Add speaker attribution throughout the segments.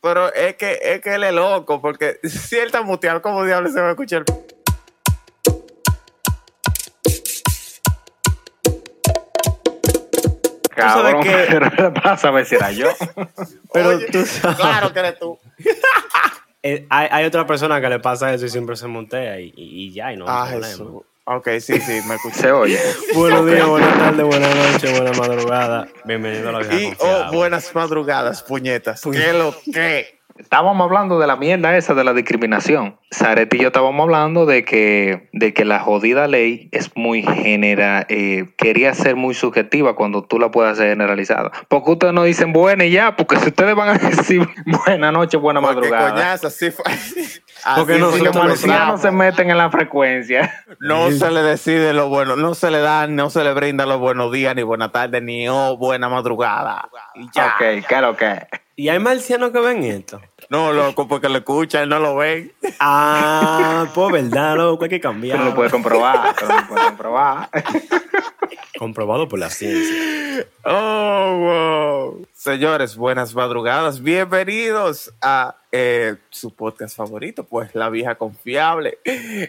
Speaker 1: Pero es que, es que él es loco, porque si él está muteado, ¿cómo diablos se va a escuchar?
Speaker 2: Cabrón,
Speaker 1: sabes que-
Speaker 2: pero pásame si era yo.
Speaker 3: Pero
Speaker 1: Oye,
Speaker 3: tú sabes-
Speaker 1: Claro que eres tú.
Speaker 3: Eh, hay, hay otra persona que le pasa eso y siempre se montea y, y- y ya, y no hay
Speaker 1: Ah,
Speaker 3: problema.
Speaker 1: Jesús. Ok, sí, sí, me escuché.
Speaker 2: Se oye.
Speaker 3: Buenos días, buenas tardes, buenas noches, buenas madrugadas. Bienvenido a la vieja
Speaker 1: Y,
Speaker 3: confiable.
Speaker 1: oh, buenas madrugadas, puñetas. ¿Qué lo que?
Speaker 2: Estábamos hablando de la mierda esa de la discriminación. Zaret y yo estábamos hablando de que, de que la jodida ley es muy genera, eh, quería ser muy subjetiva cuando tú la puedes hacer generalizada. Porque ustedes no dicen buena y ya, porque si ustedes van a decir buena noche, buena
Speaker 1: Porque
Speaker 2: madrugada.
Speaker 1: coñazo, así fue. Así
Speaker 3: Porque
Speaker 1: sí
Speaker 3: nosotros
Speaker 1: lo
Speaker 2: Los
Speaker 1: molestamos.
Speaker 2: no se meten en la frecuencia.
Speaker 1: No se le decide lo bueno, no se le da, no se le brinda los buenos días, ni buena tarde, ni oh, buena madrugada. Y ya.
Speaker 2: Ok, claro que.
Speaker 3: Y hay marcianos que ven esto.
Speaker 1: No, loco, porque lo escuchan, no lo ven.
Speaker 3: Ah, pues verdad, loco, hay que cambiar.
Speaker 2: Tú no lo puedes comprobar, tú no lo puedes comprobar.
Speaker 3: Comprobado por la ciencia.
Speaker 1: Oh, wow. Señores, buenas madrugadas. Bienvenidos a eh, su podcast favorito, pues La Vieja Confiable.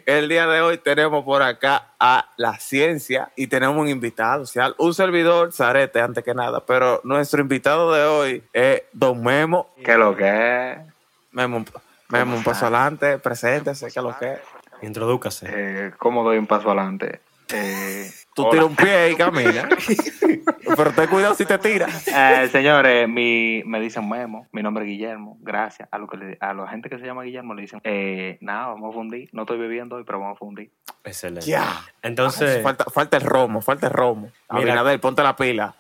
Speaker 1: El día de hoy tenemos por acá a la ciencia y tenemos un invitado, o sea, un servidor, Zarete, antes que nada, pero nuestro invitado de hoy es Don Memo.
Speaker 2: Que lo que.
Speaker 1: Memo, Memo un paso adelante, preséntese, que lo que es.
Speaker 3: Introdúcase.
Speaker 2: Eh, ¿Cómo doy un paso adelante? Eh,
Speaker 1: Tú
Speaker 2: hola.
Speaker 1: tiras un pie y camina. pero ten cuidado si te tiras.
Speaker 2: Eh, señores, mi, me dicen Memo, mi nombre es Guillermo, gracias. A, lo que le- a la gente que se llama Guillermo le dicen, eh, nada, vamos a fundir, no estoy bebiendo hoy, pero vamos a fundir.
Speaker 3: Excelente.
Speaker 1: Ya.
Speaker 3: Entonces,
Speaker 1: Falta, falta el romo, falta el romo.
Speaker 3: Mira.
Speaker 1: Abinader, ponte la pila.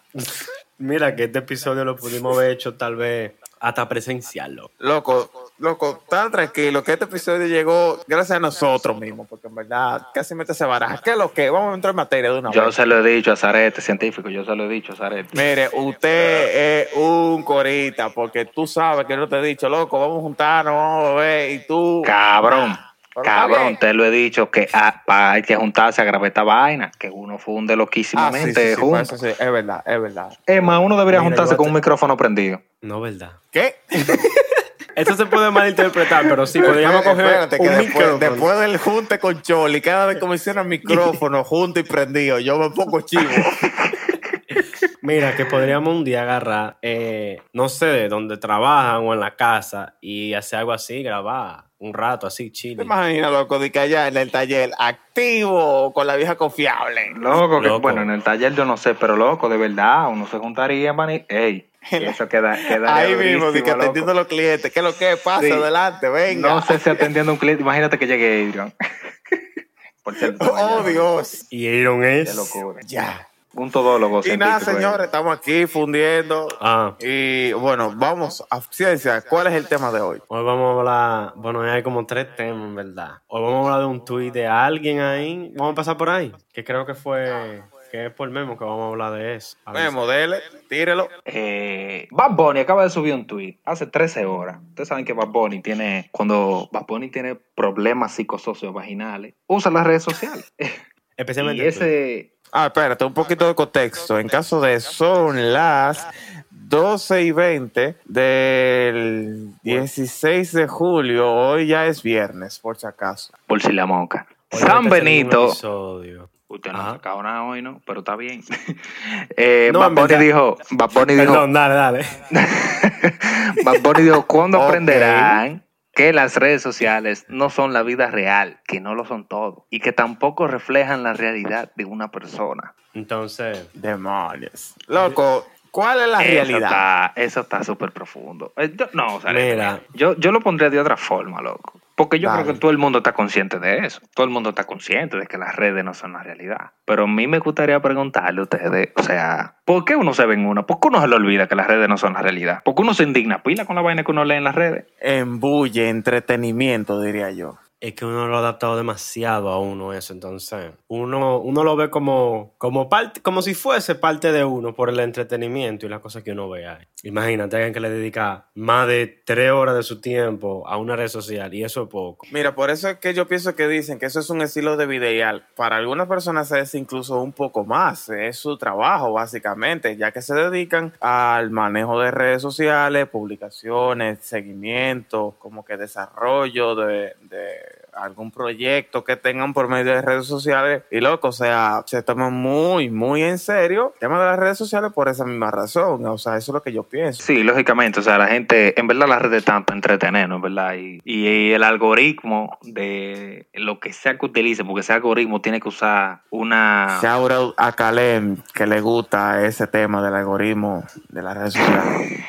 Speaker 3: mira que este episodio lo pudimos haber hecho tal vez hasta presencial, loco.
Speaker 1: Loco, loco, tan tranquilo que este episodio llegó gracias a nosotros mismos, porque en verdad casi mete esa baraja. ¿Qué es lo que? Vamos a entrar en materia de una
Speaker 2: Yo
Speaker 1: vez.
Speaker 2: se lo he dicho a Zarete, científico, yo se lo he dicho a Zarete.
Speaker 1: Mire, usted es un corita, porque tú sabes que no te he dicho, loco, vamos a juntarnos, vamos a beber, y tú...
Speaker 2: Cabrón,
Speaker 1: Ah, Pero está
Speaker 2: cabrón,
Speaker 1: bien.
Speaker 2: te lo he dicho, que ah, pa- hay que juntarse a grabar esta vaina, que uno
Speaker 1: Ah, sí,
Speaker 2: funde
Speaker 1: sí,
Speaker 2: loquísimamente
Speaker 1: sí,
Speaker 2: juntos.
Speaker 1: eso sí, es verdad, es verdad.
Speaker 2: Es más, uno debería
Speaker 3: Mira, yo
Speaker 2: juntarse
Speaker 3: voy a
Speaker 2: con un micrófono prendido.
Speaker 3: No, ¿verdad?
Speaker 1: ¿Qué?
Speaker 3: Esto se puede malinterpretar, pero sí, podríamos coger
Speaker 1: Espérate, que
Speaker 3: un
Speaker 1: después,
Speaker 3: micrófono.
Speaker 1: después del junte con Choli, cada vez que me hicieron micrófono junto y prendido, yo me pongo chivo.
Speaker 3: Mira, que podríamos un día agarrar, eh, no sé, de donde trabajan o en la casa y hacer algo así, grabar un rato así,
Speaker 1: ¿Te
Speaker 3: chile.
Speaker 1: imaginas, loco, de que allá en el taller, activo, con la vieja confiable?
Speaker 2: Loco, que
Speaker 3: Loco.
Speaker 2: bueno, en el taller yo no sé, pero loco, de verdad, uno se juntaría, man, y ey, y eso queda, queda
Speaker 1: Ahí mismo, de que atendiendo a los clientes, ¿qué es lo que pasa?
Speaker 2: Sí.
Speaker 1: Adelante, venga.
Speaker 2: No sé si atendiendo a un cliente, imagínate que llegue Adrian. Por cierto,
Speaker 1: Oh,
Speaker 2: mañana.
Speaker 1: Dios.
Speaker 3: Y Aaron
Speaker 2: Qué
Speaker 3: es.
Speaker 2: locura.
Speaker 1: Ya.
Speaker 2: Un todólogo.
Speaker 1: Y nada,
Speaker 2: científico, eh.
Speaker 1: señores, estamos aquí fundiendo.
Speaker 3: Ah,
Speaker 1: Y bueno, vamos a ciencia. ¿Cuál es el tema de hoy?
Speaker 3: hoy vamos a hablar. Bueno, hay como tres temas, en verdad. Hoy vamos a hablar de un tuit de alguien ahí. Vamos a pasar por ahí. Que creo que fue. Que es por Memo que vamos a hablar de eso. A ver si-
Speaker 1: Memo, dele, tírelo.
Speaker 2: Eh, Bad Bunny acaba de subir un tweet hace 13 horas. Ustedes saben que Bad Bunny tiene, cuando Bad Bunny tiene problemas psicosocios vaginales, usa las redes sociales.
Speaker 3: Especialmente.
Speaker 2: y
Speaker 3: el tuit.
Speaker 2: ese,
Speaker 1: Ah, espérate, un poquito de contexto. En caso de son las 12 y 20 del 16 de julio, hoy ya es viernes, por si acaso.
Speaker 2: por si la monca.
Speaker 3: Hoy
Speaker 2: San
Speaker 3: está saliendo un
Speaker 2: Benito.
Speaker 3: este episodio.
Speaker 2: Usted no
Speaker 3: Ajá.
Speaker 2: ha sacado nada hoy, ¿no? Pero está bien. eh,
Speaker 3: No,
Speaker 2: Bad
Speaker 3: en
Speaker 2: Bunny
Speaker 3: verdad.
Speaker 2: dijo, Bad Bunny dijo,
Speaker 3: Perdón, dale, dale.
Speaker 2: Bad Bunny dijo, ¿cuándo
Speaker 1: Ok.
Speaker 2: aprenderán que las redes sociales no son la vida real, que no lo son todo, y que tampoco reflejan la realidad de una persona?
Speaker 3: Entonces.
Speaker 1: Demonios. Loco, ¿cuál es la realidad?
Speaker 2: Eso está- Eso está súper profundo. Eh, yo- no, o sea,
Speaker 3: Mira.
Speaker 2: yo, yo lo pondría de otra forma, loco. Porque yo
Speaker 1: Dale.
Speaker 2: creo que todo el mundo está consciente de eso. Todo el mundo está consciente de que las redes no son la realidad. Pero a mí me gustaría preguntarle a ustedes, o sea, ¿por qué uno se ve en una? ¿Por qué uno se le olvida que las redes no son la realidad? ¿Por qué uno se indigna pila con la vaina que uno lee en las redes?
Speaker 1: Embulle, entretenimiento, diría yo.
Speaker 3: es que uno lo ha adaptado demasiado a uno eso. Entonces, uno, uno lo ve como, como parte, como si fuese parte de uno por el entretenimiento y las cosas que uno ve ahí. Imagínate alguien que le dedica más de tres horas de su tiempo a una red social y eso es poco.
Speaker 1: Mira, por eso es que yo pienso que dicen que eso es un estilo de videal. Para algunas personas es incluso un poco más. Es su trabajo, básicamente, ya que se dedican al manejo de redes sociales, publicaciones, seguimiento, como que desarrollo de, de algún proyecto que tengan por medio de redes sociales y loco, o sea, se toman muy, muy en serio el tema de las redes sociales por esa misma razón, o sea, eso es lo que yo pienso.
Speaker 2: Sí, lógicamente, o sea, la gente, en verdad las redes están para entretenernos, ¿verdad? Y, y el algoritmo de lo que sea que utilice, porque ese algoritmo tiene que usar una...
Speaker 1: Shout out a Kalem, que le gusta ese tema del algoritmo de las redes sociales.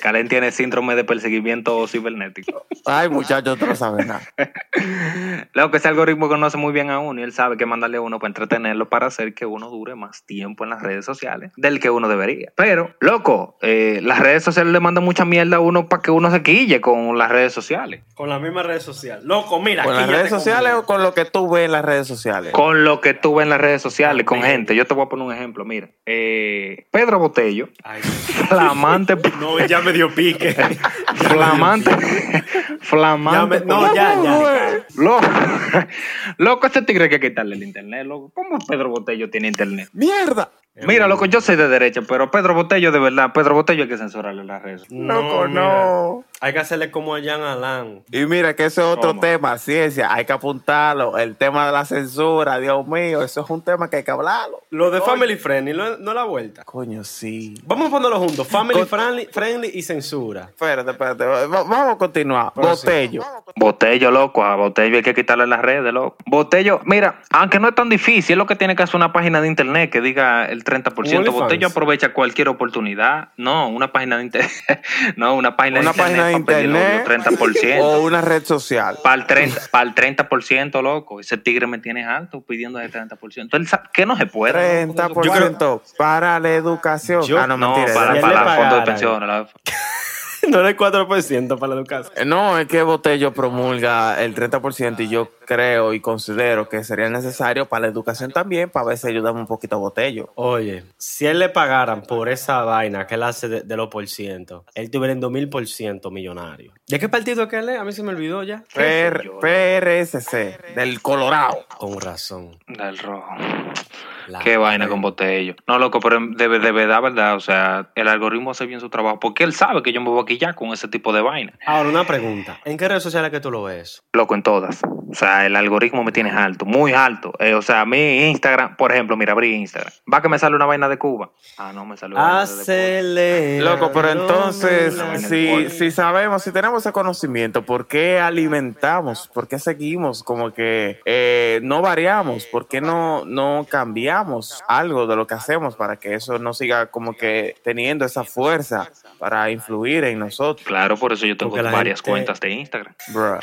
Speaker 2: Calen tiene síndrome de perseguimiento cibernético.
Speaker 1: Ay, muchachos, tú no sabes nada.
Speaker 2: Lo que ese algoritmo conoce muy bien a uno y él sabe que mandarle a uno para entretenerlo para hacer que uno dure más tiempo en las redes sociales del que uno debería. Pero, loco, eh, las redes sociales le mandan mucha mierda a uno para que uno se quille con las redes sociales.
Speaker 3: Con las mismas redes sociales. Loco, mira.
Speaker 1: ¿Con las
Speaker 3: quíllate
Speaker 1: redes sociales
Speaker 3: conmigo.
Speaker 1: o con lo que tú ves en las redes sociales?
Speaker 2: Con lo que tú ves en las redes sociales, con gente. Yo te voy a poner un ejemplo, mira. Eh, Pedro Botello,
Speaker 3: Ay, Dios.
Speaker 2: flamante,
Speaker 3: no, ya me dio pique.
Speaker 2: flamante,
Speaker 3: Ya
Speaker 2: flamante.
Speaker 3: me- no, ya, ya.
Speaker 2: Loco, loco, este tigre hay que quitarle el internet, loco. ¿Cómo Pedro Botello tiene internet?
Speaker 1: ¡Mierda!
Speaker 2: Mira, loco, yo soy de derecha, pero Pedro Botello, de verdad, Pedro Botello hay que censurarle las redes.
Speaker 1: Loco,
Speaker 3: mira.
Speaker 1: no.
Speaker 3: Hay que hacerle como a Jean Alain.
Speaker 1: Y mira que ese es otro
Speaker 2: ¿Cómo?
Speaker 1: tema, ciencia, hay que apuntarlo. El tema de la censura, Dios mío, eso es un tema que hay que hablarlo.
Speaker 3: Lo de Family Friendly, lo- no la vuelta.
Speaker 1: Coño, sí.
Speaker 3: Vamos a ponerlo juntos. Family
Speaker 1: Con-
Speaker 3: friendly, friendly y censura.
Speaker 1: Espérate, espérate, va- va- vamos a continuar.
Speaker 3: Pero sí.
Speaker 1: Botello.
Speaker 2: Botello, loco, a Botello hay que quitarle las redes, loco. Botello, mira, aunque no es tan difícil, es lo que tiene que hacer una página de internet que diga el 30%.
Speaker 3: OnlyFans.
Speaker 2: Botello aprovecha cualquier oportunidad. No, una página de internet. no, una página
Speaker 1: Una
Speaker 2: de internet.
Speaker 1: página de
Speaker 2: pa' pedirle un
Speaker 1: internet
Speaker 2: 30%.
Speaker 1: o una red social.
Speaker 2: Para el 30%, pa'l 30% loco. Ese tigre me tiene alto pidiendo el 30%. Él sa- ¿Qué no se puede?
Speaker 1: 30% para la educación.
Speaker 3: Yo-
Speaker 1: ah, no,
Speaker 2: No,
Speaker 1: mentira.
Speaker 2: para,
Speaker 3: Si él le
Speaker 2: para el fondo de
Speaker 3: pagaran.
Speaker 2: pensiones. la-
Speaker 3: no era el 4% para la educación.
Speaker 1: Eh, No, es que Botello promulga el 30% y yo creo y considero que sería necesario para la educación también, para ver si ayudamos un poquito a Botello.
Speaker 3: Oye, si él le pagaran por esa vaina que él hace de, de los por ciento, él estuviera en 2000% millonario. ¿De qué partido que él es? A mí se me olvidó ya.
Speaker 1: PR- PRSC, del Colorado.
Speaker 3: Con razón.
Speaker 2: Del rojo.
Speaker 3: La-
Speaker 2: Qué vaina con botello. No, loco, pero de, de verdad, verdad, o sea, el algoritmo hace bien su trabajo. Porque él sabe que yo me voy a quillar con ese tipo de vaina.
Speaker 3: Ahora, una pregunta. ¿En qué redes sociales que tú lo ves?
Speaker 2: Loco, en todas. O sea, el algoritmo me tiene alto, muy alto. Eh, o sea, mi Instagram, por ejemplo, mira, abrí Instagram. Va que me sale una vaina de Cuba. Ah, no, me salió una vaina de Cuba.
Speaker 3: Hacele.
Speaker 1: Loco, pero entonces,
Speaker 2: no, no, no.
Speaker 1: si, si sabemos, si tenemos ese conocimiento, ¿por qué alimentamos? ¿Por qué seguimos? Como que eh, no variamos, ¿por qué no, no cambiamos algo de lo que hacemos para que eso no siga como que teniendo esa fuerza para influir en nosotros?
Speaker 2: Claro, por eso yo tengo
Speaker 3: Porque la
Speaker 2: varias
Speaker 3: gente-
Speaker 2: cuentas de Instagram.
Speaker 1: Bruh.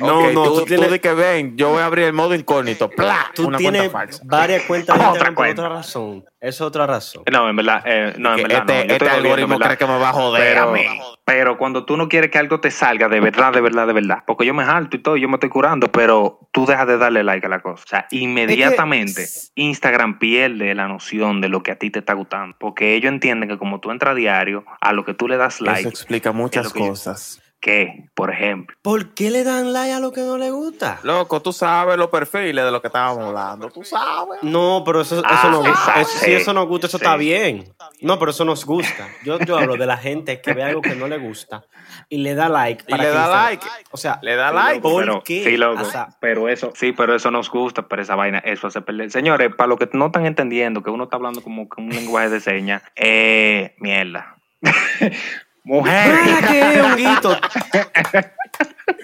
Speaker 3: No,
Speaker 1: Ok,
Speaker 3: no,
Speaker 1: tú,
Speaker 3: tú
Speaker 1: tú
Speaker 3: tienes-
Speaker 1: di que ven, yo voy a abrir el modo incógnito. ¡Pla!
Speaker 3: Tú
Speaker 1: una
Speaker 3: tienes
Speaker 1: cuenta falsa.
Speaker 3: varias cuentas de
Speaker 2: Otra
Speaker 3: Instagram por
Speaker 2: cuenta.
Speaker 3: otra razón. Es otra razón.
Speaker 2: No, en verdad, eh, no, en
Speaker 1: Que
Speaker 2: verdad.
Speaker 1: este
Speaker 2: no. Yo
Speaker 1: este
Speaker 2: estoy jodiendo,
Speaker 1: algoritmo
Speaker 2: en verdad.
Speaker 1: cree que me va a joder a
Speaker 2: Pero,
Speaker 1: mí.
Speaker 2: pero cuando tú no quieres que algo te salga de verdad, de verdad, de verdad, porque yo me jalto y todo, yo me estoy curando, pero tú dejas de darle like a la cosa. O sea, inmediatamente Instagram pierde la noción de lo que a ti te está gustando, porque ellos entienden que como tú entras diario, a lo que tú le das
Speaker 1: Eso
Speaker 2: like,
Speaker 1: explica muchas
Speaker 2: que yo-
Speaker 1: cosas.
Speaker 2: que, por ejemplo,
Speaker 3: ¿Por qué le dan like a lo que no le gusta?
Speaker 1: Loco, tú sabes los perfiles de lo que estábamos hablando. Tú sabes.
Speaker 3: No, pero eso, eso
Speaker 2: Ah,
Speaker 3: no gusta.
Speaker 2: exacto,
Speaker 3: Eso- si
Speaker 2: sí,
Speaker 3: eso nos gusta, eso
Speaker 2: sí.
Speaker 3: está bien. No, pero eso nos gusta. Yo, yo hablo de la gente que ve algo que no le gusta y le da like.
Speaker 1: Y
Speaker 3: para
Speaker 1: le
Speaker 3: que
Speaker 1: da
Speaker 3: Instagram-
Speaker 1: like.
Speaker 3: O sea,
Speaker 1: Le da like.
Speaker 3: ¿Por
Speaker 2: pero,
Speaker 3: qué?
Speaker 2: sí, loco,
Speaker 3: O sea-
Speaker 2: pero eso, sí, pero eso nos gusta, pero esa vaina, eso hace perder. Señores, para los que no están entendiendo que uno está hablando como que un lenguaje de señas, eh, mierda. Mujer.
Speaker 3: ¡Ah, qué honguito!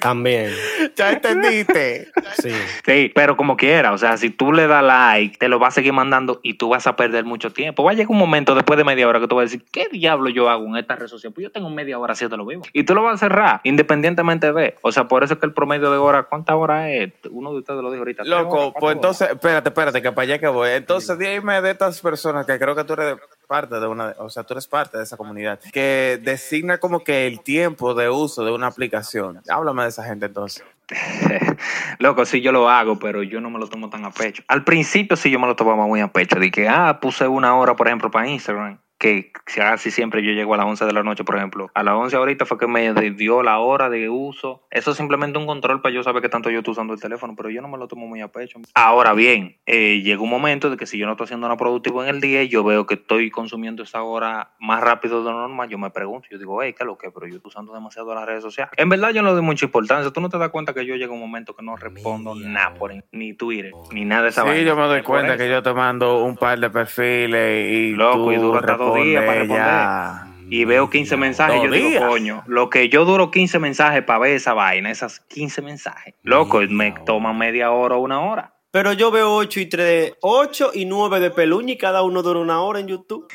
Speaker 3: También,
Speaker 1: Ya entendiste.
Speaker 3: sí.
Speaker 2: Sí, pero como quiera, o sea, si tú le das like, te lo va a seguir mandando y tú vas a perder mucho tiempo. Va a llegar un momento después de media hora que tú vas a decir, ¿qué diablo yo hago en esta red social? Pues yo tengo media hora haciendo lo mismo. Y tú lo vas a cerrar, independientemente de. O sea, por eso es que el promedio de hora, ¿cuántas horas es? Uno de ustedes lo dijo ahorita. ¿tres horas,
Speaker 1: Loco,
Speaker 2: cuatro
Speaker 1: pues
Speaker 2: horas?
Speaker 1: entonces, espérate, espérate, que para allá que voy. Entonces, dime de estas personas que creo que tú eres de- parte de una, o sea, tú eres parte de esa comunidad que designa como que el tiempo de uso de una aplicación. Háblame de esa gente entonces.
Speaker 2: Loco, sí, yo lo hago, pero yo no me lo tomo tan a pecho. Al principio sí yo me lo tomaba muy a pecho. De que, ah, puse una hora, por ejemplo, para Instagram. Que casi siempre yo llego a las 11 de la noche, por ejemplo. A las 11 ahorita fue que me dio la hora de uso. Eso es simplemente un control para yo saber que tanto yo estoy usando el teléfono, pero yo no me lo tomo muy a pecho. Ahora bien, eh, llega un momento de que si yo no estoy haciendo nada productivo en el día y yo veo que estoy consumiendo esa hora más rápido de lo normal, yo me pregunto, yo digo, hey, ¿qué es lo que? Pero yo estoy usando demasiado las redes sociales. En verdad yo no le doy mucha importancia. Tú no te das cuenta que yo llego a un momento que no respondo
Speaker 3: Mira.
Speaker 2: nada por ni Twitter, ni nada de esa
Speaker 1: Sí,
Speaker 2: vaina.
Speaker 1: yo me doy
Speaker 2: Es por
Speaker 1: cuenta
Speaker 2: eso.
Speaker 1: que yo te mando un par de perfiles y
Speaker 2: Loco,
Speaker 1: tú
Speaker 2: y dura hasta dos días para
Speaker 1: respondes ya.
Speaker 2: y veo 15 mensajes,
Speaker 1: Dos
Speaker 2: yo digo,
Speaker 1: días.
Speaker 2: coño, lo que yo duro 15 mensajes para ver esa vaina, esas 15 mensajes, loco,
Speaker 3: Media
Speaker 2: me
Speaker 3: hora.
Speaker 2: toma media hora o una hora.
Speaker 3: Pero yo veo 8 y 3, 8 y 9 de peluña y cada uno dura una hora en YouTube.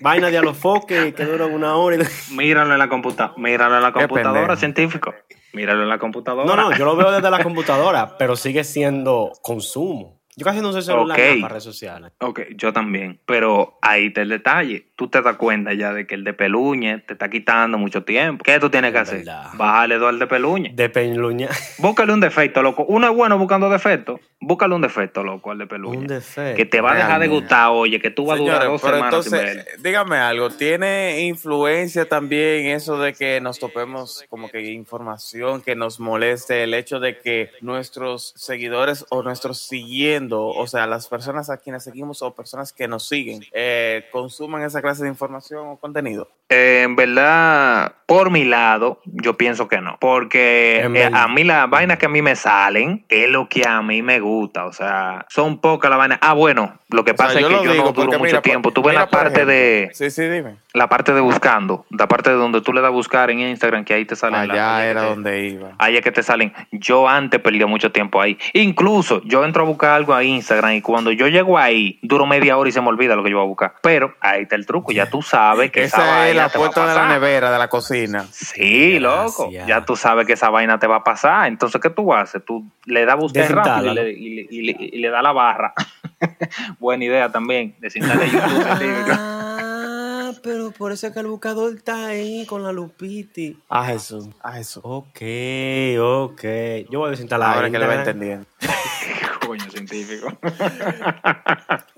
Speaker 3: Vaina de alofoque que dura una hora. y-
Speaker 2: Míralo en la computadora, míralo en la
Speaker 1: Qué pendejo.
Speaker 2: computadora, científico. Míralo en la computadora.
Speaker 3: No, no, yo lo veo desde la computadora, pero sigue siendo consumo. Yo casi no uso celular
Speaker 2: Ok.
Speaker 3: nada para redes sociales.
Speaker 2: Ok, yo también, pero ahí está el detalle. Tú te das cuenta ya de que el de Peluñe te está quitando mucho tiempo. ¿Qué tú tienes que
Speaker 3: Es
Speaker 2: hacer?
Speaker 3: verdad.
Speaker 2: Bajarle dos al de Peluñe.
Speaker 3: De peluña.
Speaker 2: Búscale un defecto, loco. Uno es bueno buscando defectos. Búscale un defecto, loco, al de Peluñe.
Speaker 3: Un defecto.
Speaker 2: que te va a dejar de
Speaker 1: Realmente.
Speaker 2: gustar, oye, que tú vas a durar
Speaker 1: Señores,
Speaker 2: dos
Speaker 1: pero
Speaker 2: semanas sin
Speaker 1: entonces,
Speaker 2: verlo.
Speaker 1: dígame algo, ¿tiene influencia también eso de que nos topemos como que información que nos moleste, el hecho de que nuestros seguidores o nuestros siguiendo, o sea, las personas a quienes seguimos o personas que nos siguen, eh, consuman esa clase de información o contenido?
Speaker 2: Eh, en verdad, por mi lado, yo pienso que no. Porque
Speaker 3: En
Speaker 2: eh,
Speaker 3: verdad.
Speaker 2: a mí las vainas que a mí me salen es lo que a mí me gusta. O sea, son pocas las vainas. Ah, bueno, lo que
Speaker 1: O sea,
Speaker 2: pasa
Speaker 1: yo
Speaker 2: es
Speaker 1: lo
Speaker 2: que yo
Speaker 1: digo
Speaker 2: no duro
Speaker 1: porque
Speaker 2: mucho
Speaker 1: mira,
Speaker 2: tiempo.
Speaker 1: por-
Speaker 2: Tú ves
Speaker 1: mira,
Speaker 2: la
Speaker 1: por
Speaker 2: parte
Speaker 1: ejemplo.
Speaker 2: de
Speaker 1: Sí, sí, dime.
Speaker 2: la parte de buscando, la parte de donde tú le das a buscar en Instagram, que ahí te salen las- ahí
Speaker 1: Allá
Speaker 2: es que
Speaker 1: era
Speaker 2: te-
Speaker 1: donde iba.
Speaker 2: Ahí es que te salen. Yo antes perdía mucho tiempo ahí. Incluso yo entro a buscar algo a Instagram y cuando yo llego ahí, duro media hora y se me olvida lo que yo voy a buscar. Pero ahí está el truco. Ya tú sabes que esa,
Speaker 1: Esa es
Speaker 2: vaina
Speaker 1: la
Speaker 2: te va a
Speaker 1: puerta de la
Speaker 2: pasar.
Speaker 1: nevera, de la cocina.
Speaker 2: Sí, loco.
Speaker 3: Gracias.
Speaker 2: Ya tú sabes que esa vaina te va a pasar. Entonces, ¿qué tú haces? Tú le das a buscar
Speaker 3: Desinstálalo.
Speaker 2: rápido y le, y le- y le- y le das la barra. Buena idea también. Desinstalar YouTube. científico.
Speaker 3: Ah, pero por eso es que el buscador está ahí con la lupiti.
Speaker 1: A Ah, Jesús, a Jesús.
Speaker 3: Ok, ok. Yo voy a desinstalar
Speaker 1: Ahora que lo va
Speaker 3: Instagram.
Speaker 1: entendiendo.
Speaker 2: Coño, científico.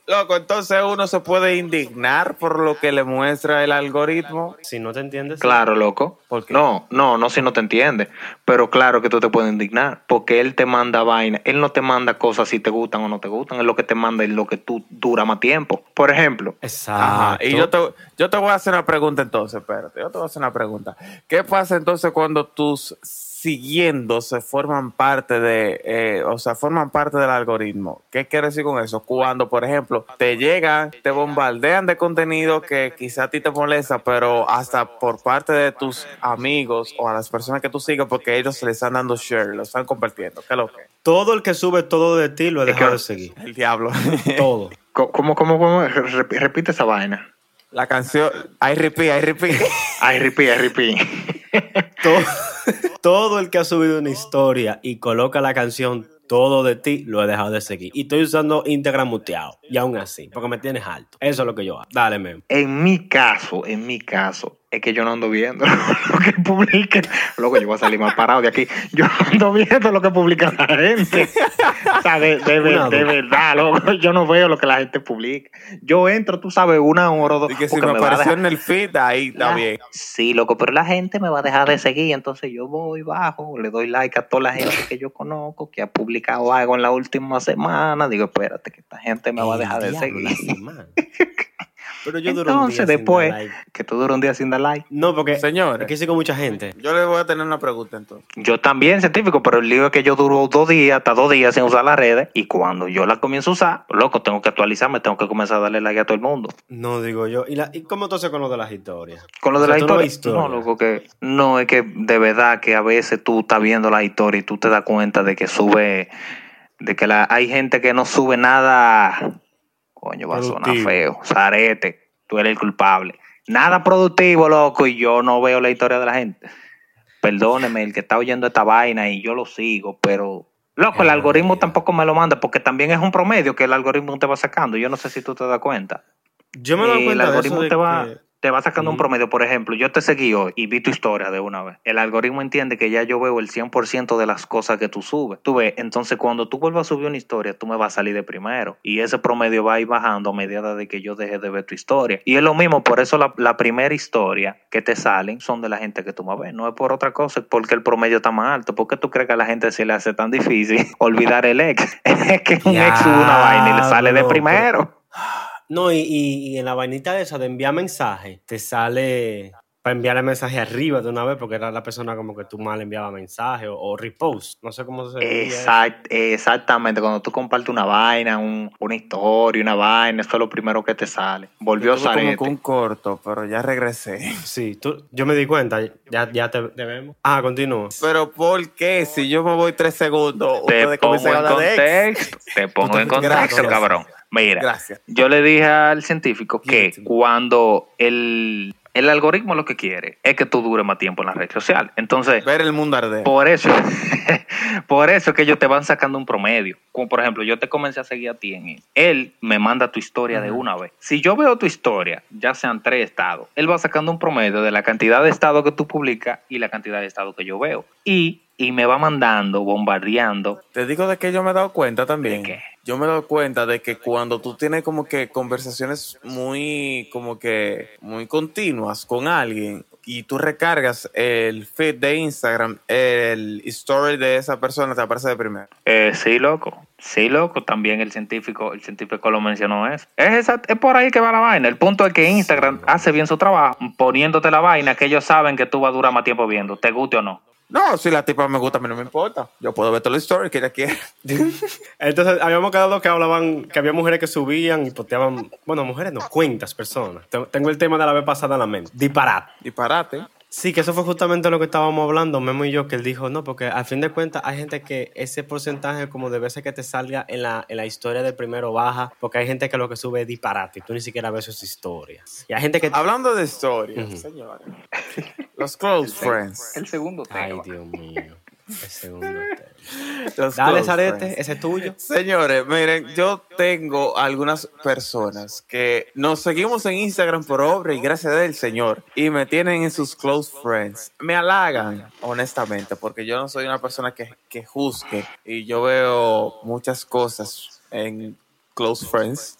Speaker 1: Loco, entonces uno se puede indignar por lo que le muestra el algoritmo.
Speaker 3: Si no te entiendes.
Speaker 2: Claro, loco.
Speaker 1: ¿Por qué?
Speaker 2: No, no, no si no te entiende. Pero claro que tú te puedes indignar, porque él te manda vaina. Él no te manda cosas si te gustan o no te gustan. Él lo que te manda es lo que tú dura más tiempo. Por ejemplo,
Speaker 1: Ajá.
Speaker 3: Exacto.
Speaker 1: Y yo te, yo te voy a hacer una pregunta entonces, espérate. Yo te voy a hacer una pregunta. ¿Qué pasa entonces cuando tus siguiendos se forman parte de, eh, o sea, forman parte del algoritmo? ¿Qué quiere decir con eso? Cuando, por ejemplo, te llegan, te bombardean de contenido que quizá a ti te molesta, pero hasta por parte de tus amigos o a las personas que tú sigues, porque ellos se les están dando share, lo están compartiendo. ¿Qué es lo que?
Speaker 3: Todo el que sube todo de ti lo he
Speaker 2: Es que-
Speaker 3: dejado de seguir.
Speaker 1: El diablo.
Speaker 3: Todo.
Speaker 2: co- ¿cómo, cómo, cómo? Rep- Repite esa vaina.
Speaker 1: La canción. Ay, repeat, ay, repeat.
Speaker 2: Ay, repite, repite.
Speaker 3: todo, todo el que ha subido una historia y coloca la canción todo de ti, lo he dejado de seguir. Y estoy usando Instagram muteado. Y aún así, porque me tienes alto. Eso es lo que yo hago. Dale, meme.
Speaker 2: En mi caso, en mi caso, es que yo no ando viendo lo que publica. Loco, yo voy a salir más parado de aquí. Yo no ando viendo lo que publica la gente. O sea, de, de ver-
Speaker 3: Una
Speaker 2: de
Speaker 3: duda.
Speaker 2: verdad, loco, yo no veo lo que la gente publica. Yo entro, tú sabes, una hora o dos.
Speaker 1: Y que si
Speaker 2: porque
Speaker 1: me
Speaker 2: me va a
Speaker 1: apareció
Speaker 2: dejar-
Speaker 1: en el feed, ahí está bien.
Speaker 2: Sí, loco, pero la gente me va a dejar de seguir. Entonces yo voy bajo, le doy like a toda la gente que yo conozco, que ha publicado algo en la última semana. Digo, espérate, que esta gente me va a
Speaker 3: El
Speaker 2: dejar de
Speaker 3: diablo,
Speaker 2: seguir.
Speaker 3: la semana. Pero yo duré un día
Speaker 2: Entonces
Speaker 3: sin
Speaker 2: después,
Speaker 3: dar like.
Speaker 2: que tú duras un día sin dar like.
Speaker 3: No, porque es
Speaker 1: Señores,
Speaker 3: que sigo mucha gente.
Speaker 1: yo les voy a tener una pregunta entonces.
Speaker 2: Yo también científico, pero el lío es que yo duro dos días, hasta dos días sin usar las redes. Y cuando yo las comienzo a usar, loco, tengo que actualizarme, tengo que comenzar a darle like a todo el mundo.
Speaker 3: No, digo yo. ¿Y, la- y cómo entonces con lo de las historias?
Speaker 2: Con lo
Speaker 3: O
Speaker 2: de
Speaker 3: sea,
Speaker 2: la
Speaker 3: tú no
Speaker 2: historia.
Speaker 3: ves historia.
Speaker 2: No, loco, que. No, es que de verdad que a veces tú estás viendo la historia y tú te das cuenta de que sube. De que la, hay gente que no sube nada. Coño, va a sonar
Speaker 3: Productivo.
Speaker 2: feo. Zarete, tú eres el culpable. Nada productivo, loco, y yo no veo la historia de la gente. Perdóneme, el que está oyendo esta vaina y yo lo sigo, pero. Loco, el
Speaker 3: Es
Speaker 2: algoritmo
Speaker 3: realidad.
Speaker 2: tampoco me lo manda porque también es un promedio que el algoritmo te va sacando. Yo no sé si tú te das cuenta.
Speaker 3: Yo me doy
Speaker 2: el
Speaker 3: cuenta de
Speaker 2: algoritmo
Speaker 3: eso de
Speaker 2: te va
Speaker 3: que-
Speaker 2: te va sacando un
Speaker 3: Ujú.
Speaker 2: promedio. Por ejemplo, yo te seguí hoy y vi tu historia de una vez. El algoritmo entiende que ya yo veo el 100% de las cosas que tú subes. Tú ves, entonces cuando tú vuelvas a subir una historia, tú me vas a salir de primero. Y ese promedio va a ir bajando a medida de que yo deje de ver tu historia. Y es lo mismo, por eso la, la primera historia que te salen son de la gente que tú más ves. No es por otra cosa, es porque el promedio está más alto. ¿Por qué tú crees que a la gente se le hace tan difícil olvidar el ex? es que un ex sube una vaina y le sale de
Speaker 3: Diablo, pero-
Speaker 2: primero.
Speaker 3: No, y, y- y en la vainita de esa de enviar mensaje, te sale para enviar el mensaje arriba de una vez, porque era la persona como que tú mal enviaba mensaje o, o repost. No sé cómo se diría eso.
Speaker 2: Exact- exactamente, cuando tú compartes una vaina, un- una historia, una vaina, eso es lo primero que te sale. Volvió a
Speaker 1: Tuve como
Speaker 2: salir.
Speaker 1: que un corto, pero ya regresé.
Speaker 3: Sí, tú- yo me di cuenta, ya, ya te, te vemos. Ah, continúa.
Speaker 1: Pero ¿por qué? Si yo me voy tres segundos,
Speaker 2: Te
Speaker 1: ustedes
Speaker 2: pongo
Speaker 1: comienzan a
Speaker 2: en
Speaker 1: hablar de ex.
Speaker 2: contexto. Te pongo en
Speaker 1: Gracias.
Speaker 2: contexto, cabrón. Mira,
Speaker 1: Gracias.
Speaker 2: yo le dije al científico que
Speaker 1: Gracias.
Speaker 2: cuando el, el algoritmo lo que quiere es que tú dures más tiempo en las redes sociales. Entonces,
Speaker 1: Ver el mundo arder.
Speaker 2: Por eso, por eso es que ellos te van sacando un promedio. Como por ejemplo, yo te comencé a seguir a ti en él. Él me manda tu historia de
Speaker 3: Ajá.
Speaker 2: una vez. Si yo veo tu historia, ya sean tres estados, él va sacando un promedio de la cantidad de estados que tú publicas y la cantidad de estados que yo veo. Y, y me va mandando, bombardeando.
Speaker 1: Te digo de que yo me he dado cuenta también.
Speaker 2: ¿De qué?
Speaker 1: Yo me he dado cuenta de que cuando tú tienes como que conversaciones muy, como que, muy continuas con alguien y tú recargas el feed de Instagram, el story de esa persona te aparece de primero.
Speaker 2: Eh, sí, loco. Sí, loco. También el científico, el científico lo mencionó eso. Es, esa- es por ahí que va la vaina. El punto es que Instagram hace bien su trabajo poniéndote la vaina que ellos saben que tú vas a durar más tiempo viendo, te guste o no.
Speaker 1: No, si la tipa me gusta, a mí no me importa. Yo puedo ver todos los stories que ella quiera.
Speaker 3: Entonces, habíamos quedado que hablaban, que había mujeres que subían y posteaban, bueno, mujeres no, cuentas, personas. Te- Tengo el tema de la vez pasada en la mente. Disparate.
Speaker 1: Disparate.
Speaker 3: Sí, que eso fue justamente lo que estábamos hablando, Memo y yo, que él dijo, no, porque al fin de cuentas hay gente que ese porcentaje como de veces que te salga en la, en la historia del primero baja, porque hay gente que lo que sube es disparate y tú ni siquiera ves sus historias. Y hay gente que...
Speaker 1: Hablando de historias,
Speaker 3: Ujú.
Speaker 1: señores. Los close friends.
Speaker 2: El segundo
Speaker 3: Ay, Dios mío. El segundo tema.
Speaker 1: Los close
Speaker 3: Dale,
Speaker 1: friends.
Speaker 3: Sarete, ese es tuyo.
Speaker 1: Señores, miren, yo tengo algunas personas que nos seguimos en Instagram por obra y gracias del Señor y me tienen en sus close friends. Me halagan, honestamente, porque yo no soy una persona que, que juzgue y yo veo muchas cosas en close friends.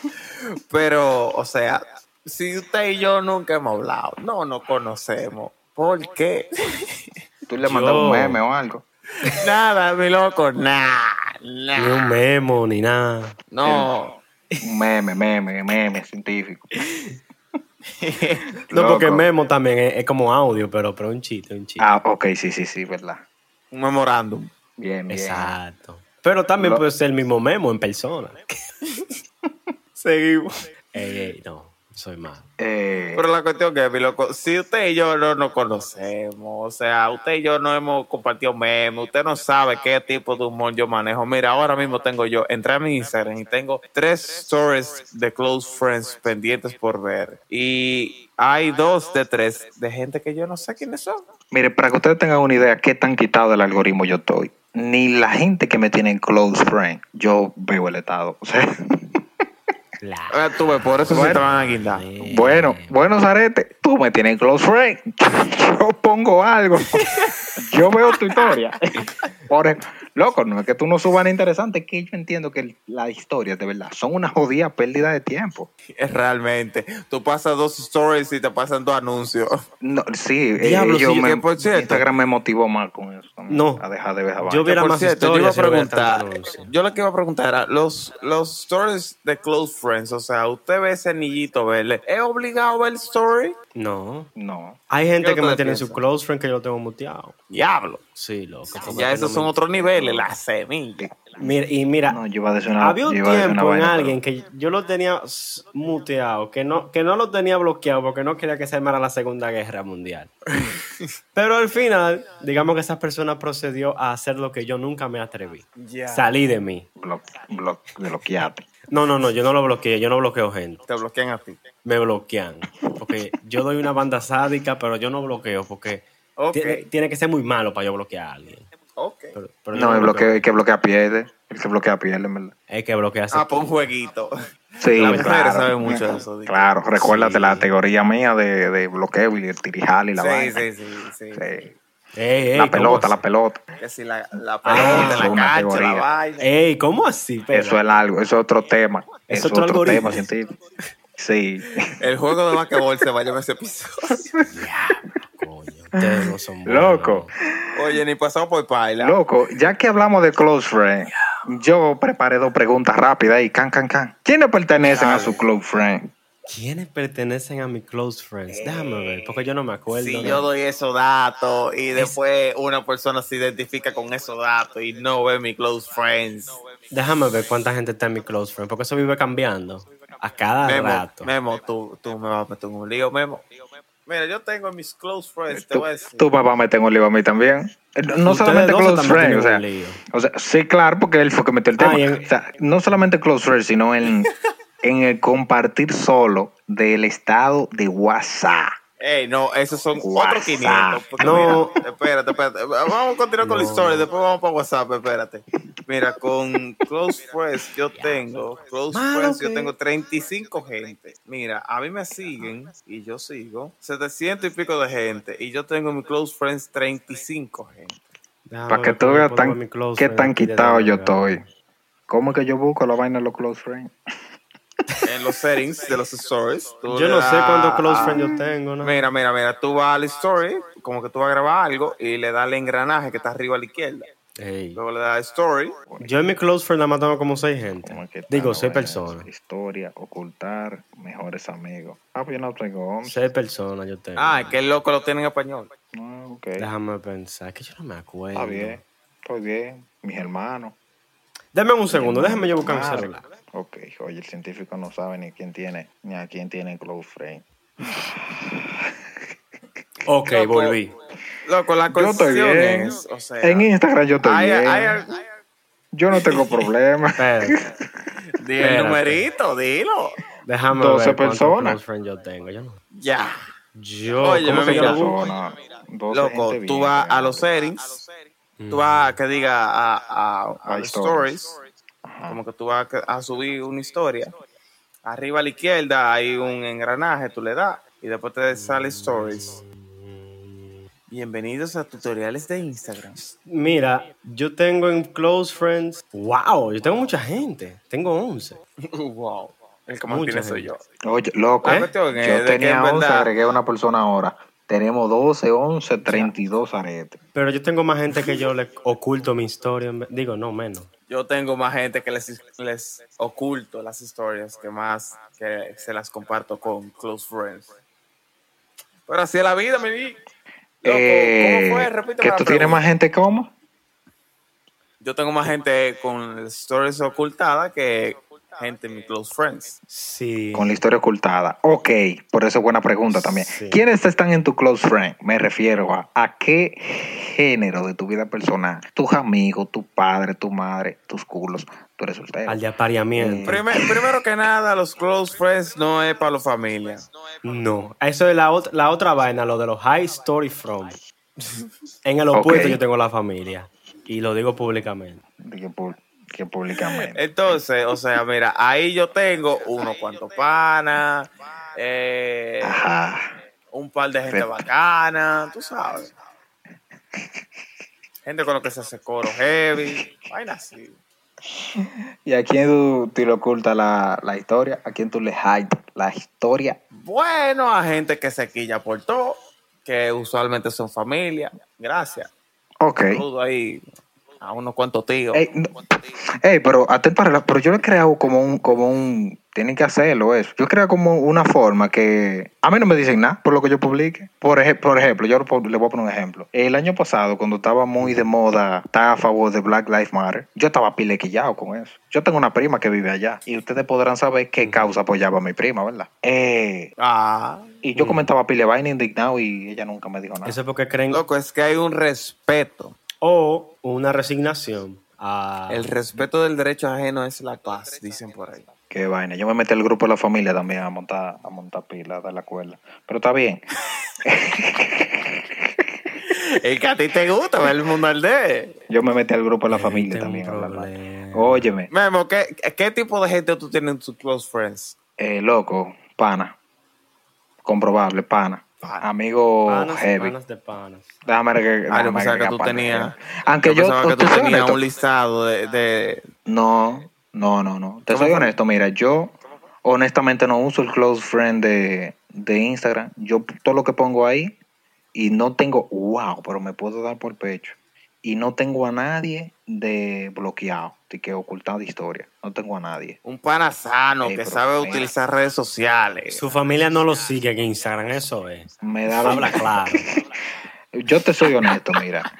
Speaker 1: Pero, o sea, si usted y yo nunca hemos hablado, no nos conocemos. ¿Por qué?
Speaker 2: Tú le
Speaker 3: Yo-
Speaker 2: mandas un meme o algo.
Speaker 1: Nada, mi loco, nada,
Speaker 3: Ni un
Speaker 1: nada.
Speaker 3: memo, ni nada.
Speaker 1: No.
Speaker 2: Un meme, meme, meme científico.
Speaker 3: No, porque
Speaker 2: Loco.
Speaker 3: memo también es, es como audio, pero, pero un chiste, un chiste.
Speaker 2: Ah, ok, sí, sí, sí, verdad.
Speaker 1: un memorándum.
Speaker 2: Bien, bien.
Speaker 3: Exacto. Pero también
Speaker 2: Lo-
Speaker 3: puede ser el mismo memo en persona.
Speaker 1: Seguimos.
Speaker 3: Ey, ey, no, soy malo.
Speaker 2: Eh,
Speaker 1: Pero la cuestión que, mi loco, si usted y yo no nos conocemos, o sea, usted y yo no hemos compartido memes, usted no sabe qué tipo de humor yo manejo. Mira, ahora mismo tengo yo, entré a mi Instagram y tengo tres stories de close friends pendientes por ver. Y hay dos de tres de gente que yo no sé quiénes son.
Speaker 2: mire, para que ustedes tengan una idea qué tan quitado del algoritmo yo estoy. Ni la gente que me tiene en close friend, yo veo el estado. O sea,
Speaker 3: La-
Speaker 1: Ah, tú ves, por eso sí
Speaker 2: Bueno.
Speaker 1: te van a guindar.
Speaker 3: Eh,
Speaker 2: Ah, bueno, bueno, Zarete, tú me tienes en close friend. Yo pongo algo. Yo veo tu historia. Por ej- loco, no es que tú no subas nada interesante, es que yo entiendo que las historias, de verdad, son una jodida pérdida de tiempo.
Speaker 1: Es Realmente, tú pasas dos stories y te pasan dos anuncios.
Speaker 2: No, sí, eh,
Speaker 3: Diablo,
Speaker 2: yo
Speaker 3: sí,
Speaker 2: me,
Speaker 1: que por cierto-
Speaker 2: Instagram me motivó mal con eso. también,
Speaker 3: No.
Speaker 2: A dejar de ver esa
Speaker 3: Yo
Speaker 2: vaina.
Speaker 1: Que,
Speaker 3: hubiera
Speaker 1: por
Speaker 3: más
Speaker 1: cierto,
Speaker 3: historias
Speaker 1: yo
Speaker 3: si
Speaker 1: iba a
Speaker 3: hubiera
Speaker 1: preguntar,
Speaker 3: tanto anuncio.
Speaker 1: yo lo que iba a preguntar era, los, los stories de close friends, o sea, usted ve ese anillito verle, ¿es obligado ver el story?
Speaker 3: No.
Speaker 2: No.
Speaker 3: Hay gente
Speaker 1: ¿Qué
Speaker 3: que me
Speaker 1: ustedes
Speaker 3: tiene en su
Speaker 1: piensan?
Speaker 3: close friend que yo lo tengo muteado.
Speaker 1: Diablo.
Speaker 3: Sí, loco. porque
Speaker 1: Ya
Speaker 3: no
Speaker 1: esos
Speaker 3: me-
Speaker 1: son otros niveles, la semilla.
Speaker 3: Mira, y mira,
Speaker 2: No, yo iba a decir una
Speaker 3: había un
Speaker 2: yo iba a decir una
Speaker 3: tiempo en
Speaker 2: vaina, pero-
Speaker 3: alguien que yo lo tenía s- muteado, que no, que no lo tenía bloqueado porque no quería que se armara la Segunda Guerra Mundial. Pero al final, digamos que esa persona procedió a hacer lo que yo nunca me atreví.
Speaker 1: Ya.
Speaker 3: Salí de mí.
Speaker 2: Blo- blo- bloqueate.
Speaker 3: No, no, no, yo no lo bloqueé, yo no bloqueo gente.
Speaker 1: Te bloquean a ti.
Speaker 3: Me bloquean. Porque yo doy una banda sádica, pero yo no bloqueo porque
Speaker 1: Ok,
Speaker 3: tiene, tiene que ser muy malo para yo bloquear a alguien.
Speaker 1: ok.
Speaker 3: Pero- pero yo
Speaker 2: No, el,
Speaker 3: bloqueo.
Speaker 2: bloqueo, el que bloquea pierde. El que bloquea pierde, en verdad.
Speaker 3: Es que bloquea.
Speaker 1: Ah, pon jueguito.
Speaker 2: Sí,
Speaker 1: Las mujeres
Speaker 2: claro.
Speaker 1: saben mucho de eso. digo.
Speaker 2: Claro, recuérdate
Speaker 3: Sí.
Speaker 2: la categoría mía de, de bloqueo y el tirijal y la
Speaker 1: Sí,
Speaker 2: vaina.
Speaker 1: sí, sí, sí.
Speaker 2: Sí.
Speaker 3: Ey, ey,
Speaker 2: La
Speaker 3: ¿cómo
Speaker 2: pelota,
Speaker 3: así?
Speaker 2: la pelota.
Speaker 1: Que si la, la
Speaker 3: Ah, Eh.
Speaker 1: pelota, la
Speaker 2: una
Speaker 1: cancha, la
Speaker 2: categoría.
Speaker 1: vaina.
Speaker 3: Ey, ¿cómo así? Pero,
Speaker 2: Eso es algo, eso es otro tema.
Speaker 3: Es
Speaker 2: Eso es
Speaker 3: otro
Speaker 2: otro,
Speaker 3: algoritmo.
Speaker 2: tema científico. Sí.
Speaker 1: El juego de basquetbol se va a llevar ese episodio.
Speaker 3: coño, ustedes no son buenos.
Speaker 2: Loco.
Speaker 1: Oye, ni pasamos por paila.
Speaker 2: Loco, ya que hablamos de close friend, yo preparé dos preguntas rápidas y can, can, can. ¿Quiénes pertenecen a su close friend?
Speaker 3: ¿Quiénes pertenecen a mi close friends? Déjame ver, porque yo no me acuerdo.
Speaker 1: si
Speaker 3: ¿no?
Speaker 1: yo doy esos datos y después una persona se identifica con esos datos y no ve mi close friends.
Speaker 3: Déjame ver cuánta gente está en mi close friend, porque eso vive cambiando a cada
Speaker 1: Memo,
Speaker 3: rato.
Speaker 1: Memo tú, tú me vas a meter en un lío, Memo. Mira, yo tengo a mis close friends, te
Speaker 2: Tú,
Speaker 1: voy a decir.
Speaker 2: tu papá me tengo un lío a mí también. No- No
Speaker 3: Ustedes
Speaker 2: solamente
Speaker 3: dos
Speaker 2: close
Speaker 3: se están
Speaker 2: friend, o sea,
Speaker 3: metiendo en un lío.
Speaker 2: o sea, sí, claro, porque él fue que metió el tema.
Speaker 3: Ah, y en-
Speaker 2: O sea, no solamente close friend, sino en, en el compartir solo del estado de WhatsApp.
Speaker 1: Ey, no, esos son
Speaker 2: WhatsApp.
Speaker 1: otros 500. porque
Speaker 3: No.
Speaker 1: mira, espérate, espérate. Vamos a continuar con la
Speaker 3: No.
Speaker 1: historia, después vamos para WhatsApp, espérate. Mira, con Close Friends yo tengo, Close
Speaker 3: Mano,
Speaker 1: Friends yo
Speaker 3: que-
Speaker 1: tengo 35 gente. Mira, a mí me siguen y yo sigo 700 y pico de gente y yo tengo en mi Close Friends 35 gente.
Speaker 3: Déjame
Speaker 2: Para que
Speaker 3: ver
Speaker 2: tú
Speaker 3: cómo
Speaker 2: veas
Speaker 3: puedo ver mi
Speaker 2: tan,
Speaker 3: close
Speaker 2: qué
Speaker 3: friend
Speaker 2: tan
Speaker 3: aquí de
Speaker 2: quitado yo
Speaker 3: madrugada.
Speaker 2: estoy. ¿Cómo que yo busco la vaina de los close friends?
Speaker 1: En los settings de los stories. tú
Speaker 3: Yo
Speaker 1: le
Speaker 3: no sé
Speaker 1: das
Speaker 3: cuántos close
Speaker 1: a-
Speaker 3: friends yo tengo, ¿no?
Speaker 1: Mira, mira, mira, tú vas al story, como que tú vas a grabar algo y le das el engranaje que está arriba a la izquierda.
Speaker 3: Ey.
Speaker 1: Luego le das story.
Speaker 3: Yo en mi close friend nada más tengo como seis gente.
Speaker 2: ¿Cómo que
Speaker 3: Digo,
Speaker 2: tal,
Speaker 3: seis
Speaker 2: vaina?
Speaker 3: personas.
Speaker 2: Historia, ocultar, mejores amigos. Ah, pues yo no tengo once.
Speaker 3: Seis personas yo tengo.
Speaker 1: Ah, que el loco lo tiene en español.
Speaker 2: Ah, ok.
Speaker 3: Déjame pensar, es que yo no me acuerdo.
Speaker 2: Está bien. Estoy bien. Mis hermanos.
Speaker 3: Dame un segundo, déjame yo buscar mi
Speaker 2: Madre.
Speaker 3: celular.
Speaker 2: Ok, oye, el científico no sabe ni quién tiene, ni a quién tiene close friend.
Speaker 3: Ok,
Speaker 1: Loco,
Speaker 3: volví.
Speaker 1: Loco, la
Speaker 2: Yo estoy
Speaker 1: cuestión
Speaker 2: bien.
Speaker 1: es, o sea,
Speaker 2: En Instagram yo estoy
Speaker 1: hay-
Speaker 2: bien.
Speaker 1: hay-
Speaker 2: Yo no tengo problema.
Speaker 3: Espérate,
Speaker 1: di el
Speaker 3: Espérate.
Speaker 1: numerito, dilo.
Speaker 3: déjame
Speaker 2: 12
Speaker 3: ver cuántos
Speaker 2: personas.
Speaker 3: close friends yo tengo. Yo, no-
Speaker 1: Ya.
Speaker 2: Ah,
Speaker 3: yo
Speaker 1: Oye,
Speaker 3: ¿cómo
Speaker 1: me
Speaker 3: se
Speaker 1: yo lo
Speaker 3: llama?
Speaker 1: busco.
Speaker 2: Persona, 12
Speaker 1: Loco,
Speaker 2: gente
Speaker 1: tú
Speaker 2: bien,
Speaker 1: vas a
Speaker 2: realmente.
Speaker 1: los settings,
Speaker 3: Mm.
Speaker 1: tú vas a que diga a, a, a
Speaker 2: A
Speaker 1: los
Speaker 2: stories.
Speaker 1: stories,
Speaker 2: Ajá.
Speaker 1: como que tú vas a, a subir una historia. Arriba a la izquierda hay un engranaje, tú le das y después te sale stories. Bienvenidos a tutoriales de Instagram.
Speaker 3: Mm. Mira, yo tengo en close friends. Wow, yo tengo mucha gente. Tengo 11.
Speaker 1: wow. El que más
Speaker 3: Mucha
Speaker 1: tiene soy yo.
Speaker 3: gente.
Speaker 2: Oye, loco,
Speaker 1: La cuestión es de
Speaker 2: yo
Speaker 1: que en
Speaker 2: tenía
Speaker 1: verdad-
Speaker 2: 11, agregué una persona ahora. Tenemos 12, 11, 32 aretes.
Speaker 3: Pero yo tengo más gente que yo le oculto mi historia. en vez- Digo, no, menos.
Speaker 1: Yo tengo más gente que les, les oculto las historias que más que se las comparto con close friends. Pero así es la vida, mi vi. Loco,
Speaker 2: Eh,
Speaker 1: ¿Cómo fue? Repíteme
Speaker 2: ¿Que
Speaker 1: la
Speaker 2: tú tienes
Speaker 1: pregunta.
Speaker 2: más gente como?
Speaker 1: Yo tengo más gente con stories ocultadas que gente en mi close friends.
Speaker 3: Sí.
Speaker 2: Con la historia ocultada. Ok, por eso es buena pregunta también.
Speaker 3: Sí.
Speaker 2: ¿Quiénes están en tu close friend? Me refiero a a qué género de tu vida personal. Tus amigos, tu padre, tu madre, tus culos. Tú eres soltero.
Speaker 3: Al de
Speaker 2: Mm.
Speaker 3: apareamiento.
Speaker 1: Prime- primero que nada, los close friends no es para la familia.
Speaker 3: No. Eso es la, ot- la otra vaina, lo de los high story from. en el opuesto
Speaker 2: Ok.
Speaker 3: yo tengo la familia. Y lo digo públicamente.
Speaker 2: Que, pu- que
Speaker 1: Eh,
Speaker 2: públicamente.
Speaker 1: Entonces, o sea, mira, ahí yo tengo uno cuanto pana, eh,
Speaker 2: Ah, Ajá.
Speaker 1: un par de gente
Speaker 2: Perfecto.
Speaker 1: bacana, tú sabes. Gente con lo que se hace coro heavy, vaina así.
Speaker 2: ¿Y a quién tú, tú le ocultas la, la historia? ¿A quién tú le hide la historia?
Speaker 1: Bueno, a gente que se quilla por todo, que usualmente son familia. Gracias.
Speaker 2: Ok.
Speaker 1: Saludo ahí a unos cuantos tíos.
Speaker 2: Ey, no- ey, pero atento para la- pero yo lo he creado como un, como un, tienen que hacerlo eso. Yo he creado como una forma que a mí no me dicen nada por lo que yo publique. Por, ej- por ejemplo, yo le pon- le voy a poner un ejemplo. El año pasado, cuando estaba muy de moda, estaba a favor de Black Lives Matter, yo estaba pilequillado con eso. Yo tengo una prima que vive allá y ustedes podrán saber qué causa apoyaba a mi prima, ¿verdad? Eh,
Speaker 1: Ah,
Speaker 2: y yo comentaba pile vaina indignado y ella nunca me dijo nada.
Speaker 3: Eso es porque creen...
Speaker 1: loco, es que hay un respeto.
Speaker 3: O una resignación a...
Speaker 1: El respeto del derecho ajeno es la paz, dicen por ahí.
Speaker 2: Qué vaina. Yo me metí al grupo de la familia también a montar, a montar pila de la cuerda. Pero está bien.
Speaker 1: Es que a ti te gusta ver el mundo al de.
Speaker 2: Yo me metí al grupo de la familia
Speaker 3: Tengo un
Speaker 2: también. a hablar mal.
Speaker 3: problema.
Speaker 2: Óyeme,
Speaker 1: Memo, ¿qué, ¿qué tipo de gente tú tienes en tus close friends?
Speaker 2: eh, loco, pana. Comprobable, pana.
Speaker 1: Pana.
Speaker 2: Amigo
Speaker 3: Panas, y
Speaker 2: heavy.
Speaker 3: panas de panas.
Speaker 2: Déjame que.
Speaker 1: Ah, yo
Speaker 2: déjame
Speaker 1: pensaba que
Speaker 2: agregar
Speaker 1: tú
Speaker 2: pana.
Speaker 1: tenías.
Speaker 2: Aunque yo.
Speaker 1: pensaba que
Speaker 2: te
Speaker 1: tú
Speaker 2: soy
Speaker 1: tenías
Speaker 2: honesto.
Speaker 1: un listado de. de-
Speaker 2: No, no, no, no. Te soy honesto, mira, yo honestamente no uso el close friend de, de Instagram. Yo todo lo que pongo ahí y no tengo, wow, pero me puedo dar por pecho. Y no tengo a nadie de bloqueado, de que ocultado de historia. No tengo a nadie.
Speaker 1: un pana sano
Speaker 2: Ey,
Speaker 1: que
Speaker 2: pero
Speaker 1: sabe
Speaker 2: mira.
Speaker 1: utilizar redes sociales.
Speaker 3: Su familia no lo sigue en Instagram, eso es.
Speaker 2: Me da la-
Speaker 3: Habla claro.
Speaker 2: Yo te soy honesto, mira.